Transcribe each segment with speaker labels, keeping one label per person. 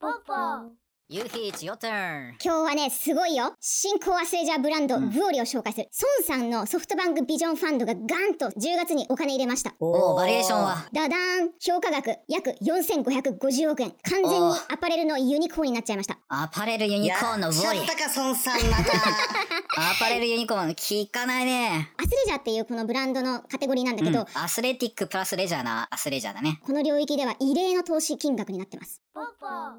Speaker 1: ポポ。
Speaker 2: You Hitch, your turn.
Speaker 1: 今日はね、すごいよ。新興アスレジャーブランド、
Speaker 2: うん
Speaker 1: ブオリを紹介する。孫さんのソフトバンクビジョンファンドがガンと10月にお金入れました。
Speaker 2: おお、バリエーションは。
Speaker 1: ダダーン評価額約4550億円。完全に
Speaker 2: お
Speaker 1: アパレルのユニコーンになっちゃいました。
Speaker 2: アパレルユニコーンのウ
Speaker 3: やっち
Speaker 2: ォ
Speaker 3: ゃ
Speaker 2: リ
Speaker 3: っ。たか、孫さんまた。
Speaker 2: アパレルユニコーン、聞かないね。
Speaker 1: アスレジャーっていうこのブランドのカテゴリーなんだけど、
Speaker 2: アスレティックプラスレジャーなアスレジャーだね。
Speaker 1: この領域では異例の投資金額になってます。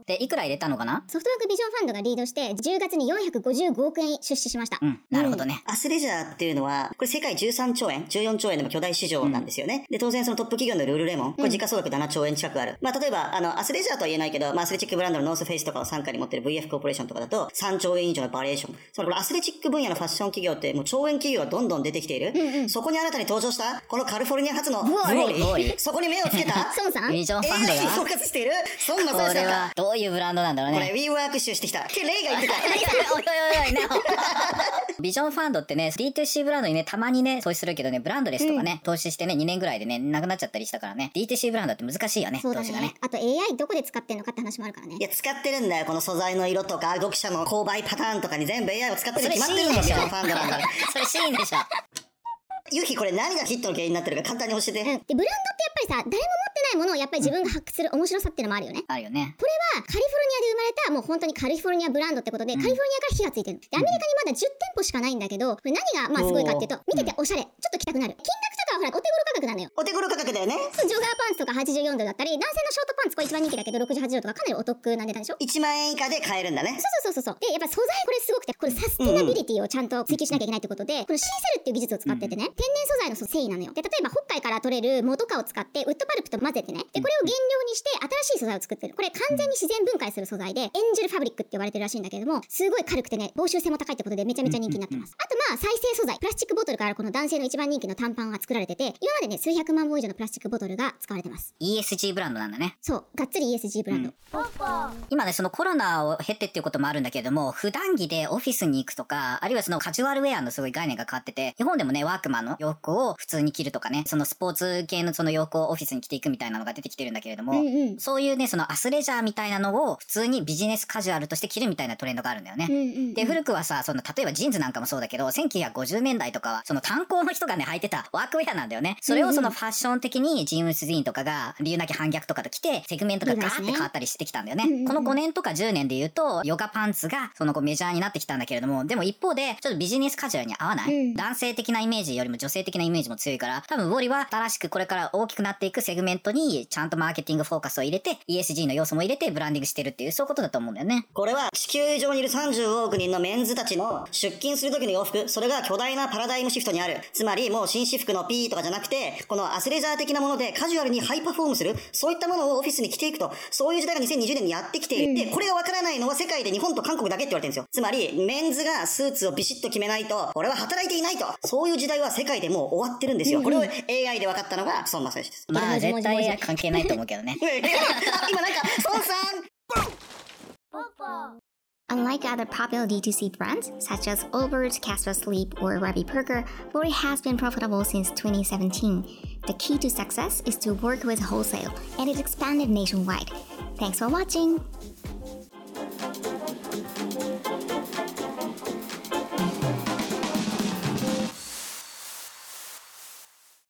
Speaker 2: で、いくら入れたのかな
Speaker 1: ソフトバンクビジョンファンドがリードして、10月に455億円出資しました。
Speaker 2: うん、なるほどね。
Speaker 3: アスレジャーっていうのは、これ世界13兆円、14兆円の巨大市場なんですよね。で、当然そのトップ企業のルールレモン、これ時価総額7兆円近くある。まあ、例えば、あの、アスレジャーとは言えないけど、まあ、アスレチックブランドのノースフェイスとかを傘下に持ってる VF コーポレーションとかだと、3兆円以上のバリエーション。そのこれアスレチック分野のファッション企業って、もう兆円企業がどんどん出てきている。そこに新たに登場した、このカリフォルニア発のブ
Speaker 2: オリ
Speaker 3: オリ そこに目をつけた
Speaker 1: 孫さん
Speaker 2: ビジョンファンド
Speaker 3: 映画にフォー
Speaker 2: が。
Speaker 3: カスしている、孫正
Speaker 2: こ
Speaker 3: 義さ
Speaker 2: れ
Speaker 3: んが
Speaker 2: は、どういうブランドなんだろう
Speaker 3: こ
Speaker 2: ね。
Speaker 3: れ、WeWork 集してきた。けレイが言 ってた。
Speaker 2: おいおいおい、なお。ビジョンファンドってね、D2C ブランドにね、たまにね、投資するけどね、ブランドレスとかね、投資してね、2年ぐらいでね、なくなっちゃったりしたからね、D2C ブランドって難しいよね、
Speaker 1: そうだ
Speaker 2: 投資がね
Speaker 1: ね。。あと AI どこで使ってんのかって話もあるからね
Speaker 3: い。や、使ってるんだよ。この素材の色とか、読者の購買パターンとかに全部 AI を使ってる
Speaker 2: そ
Speaker 3: に
Speaker 2: れ
Speaker 3: 決まっ
Speaker 2: シ
Speaker 3: てる
Speaker 2: ーンでしょ
Speaker 3: んだけど、ファンドなんだから。。
Speaker 2: それシーンでしょ。
Speaker 3: ユキ、これ何がヒットの原因になってるか簡単に教
Speaker 1: う
Speaker 3: え
Speaker 1: ん、
Speaker 3: て。
Speaker 1: でブランドってやっぱりさ誰も持ってないものをやっぱり自分が発掘する面白さっていうのもあるよね。
Speaker 2: あるよね。
Speaker 1: これはカリフォルニアで生まれたもう本当にカリフォルニアブランドってことで、カリフォルニアから火がついてるの。でアメリカにまだ10店舗しかないんだけどこれ何がまあすごいかっていうと見てておしゃれちょっと着たくなる金額とかはほらお手頃価格なのよ。
Speaker 3: お手頃価格だよね。
Speaker 1: そうジョガーパンツとか84ドルだったり男性のショートパンツこれ一番人気だけど68ドルとかかなりお得な値段でしょ
Speaker 3: 1万円以下で買えるんだね。
Speaker 1: そうそうそうそうそうでやっぱ素材これすごくてこれサステナビリティをちゃんと追求しなきゃいけないってことでこのシーセルっていう技術を使っててね天然素材のそう繊維なのよで例えば北海から取れる藻とかを使ってウッドパルプと混ぜてねでこれを原料にして新しい素材を作ってるこれ完全に自然分解する素材でエンジェルファブリックって呼ばれてるらしいんだけどもすごい軽くてね防臭性も高いってことでめちゃめちゃ人気になってますあとまあ再生素材プラスチックボトルからこの男性の一番人気の短パンが作られてて今までね数百万本以上のプラスチックボトルが使われてます
Speaker 2: ESG ブランドなんだね。
Speaker 1: そうがっつり ESG ブランド、
Speaker 2: 今ね、そのコロナを経てっていうこともあるんだけれども、普段着でオフィスに行くとか、あるいはそのカジュアルウェアのすごい概念が変わってて、日本でもね、ワークマンの洋服を普通に着るとかね、そのスポーツ系のその洋服をオフィスに着ていくみたいなのが出てきてるんだけれども、
Speaker 1: うんうん
Speaker 2: そういうね、そのアスレジャーみたいなのを普通にビジネスカジュアルとして着るみたいなトレンドがあるんだよね。
Speaker 1: うんうん
Speaker 2: で、古くはさ、その、例えばジーンズなんかもそうだけど、1950年代とかは、その炭鉱の人がね、履いてたワークウェアなんだよね。それをそのファッション的にジームス・ディーンとかが、理由なき反逆とかと来て、セグメントがガーって変わったりしてきたんだよね。
Speaker 1: うんうんうん
Speaker 2: この5年とか10年で言うと、ヨガパンツが、そのこうメジャーになってきたんだけれども、でも一方で、ちょっとビジネスカジュアルに合わない、
Speaker 1: うん
Speaker 2: 男性的なイメージよりも女性的なイメージも強いから、多分ウォリは新しくこれから大きくなっていくセグメントに、ちゃんとマーケティングフォーカスを入れて、ESG の要素も入れてブランディングしてるっていう、そういうことだと思うんだよね。
Speaker 3: これは地球上にいる35億人のメンズたちの出勤する時の洋服、それが巨大なパラダイムシフトにある。つまりもう紳士服の P とかじゃなくて、このアスレジャー的なものでカジュアルにハイパフォームする、そういったものをオフィスに着ていくと、そういう時代が2020年にやってきている。で、これがわからないのは世界で日本と韓国だけって言われてるんですよ。つまり、メンズがスーツをビシッと決めないと、俺は働いていないと、そういう時代は世界でもう終わってるんですよ。これを AI で分かったのが孫正義です。
Speaker 2: まあ、
Speaker 1: 文字文字
Speaker 2: 絶
Speaker 1: 文字
Speaker 2: 対関係ないと思うけどね。
Speaker 3: 今なんか、孫さん
Speaker 4: Unlike other popular D2C brands such as Allbirds, Casper Sleep, or Ravi Burger, Lori has been profitable since 2017. The key to success is to work with wholesale, and it expanded nationwide. Thanks for watching!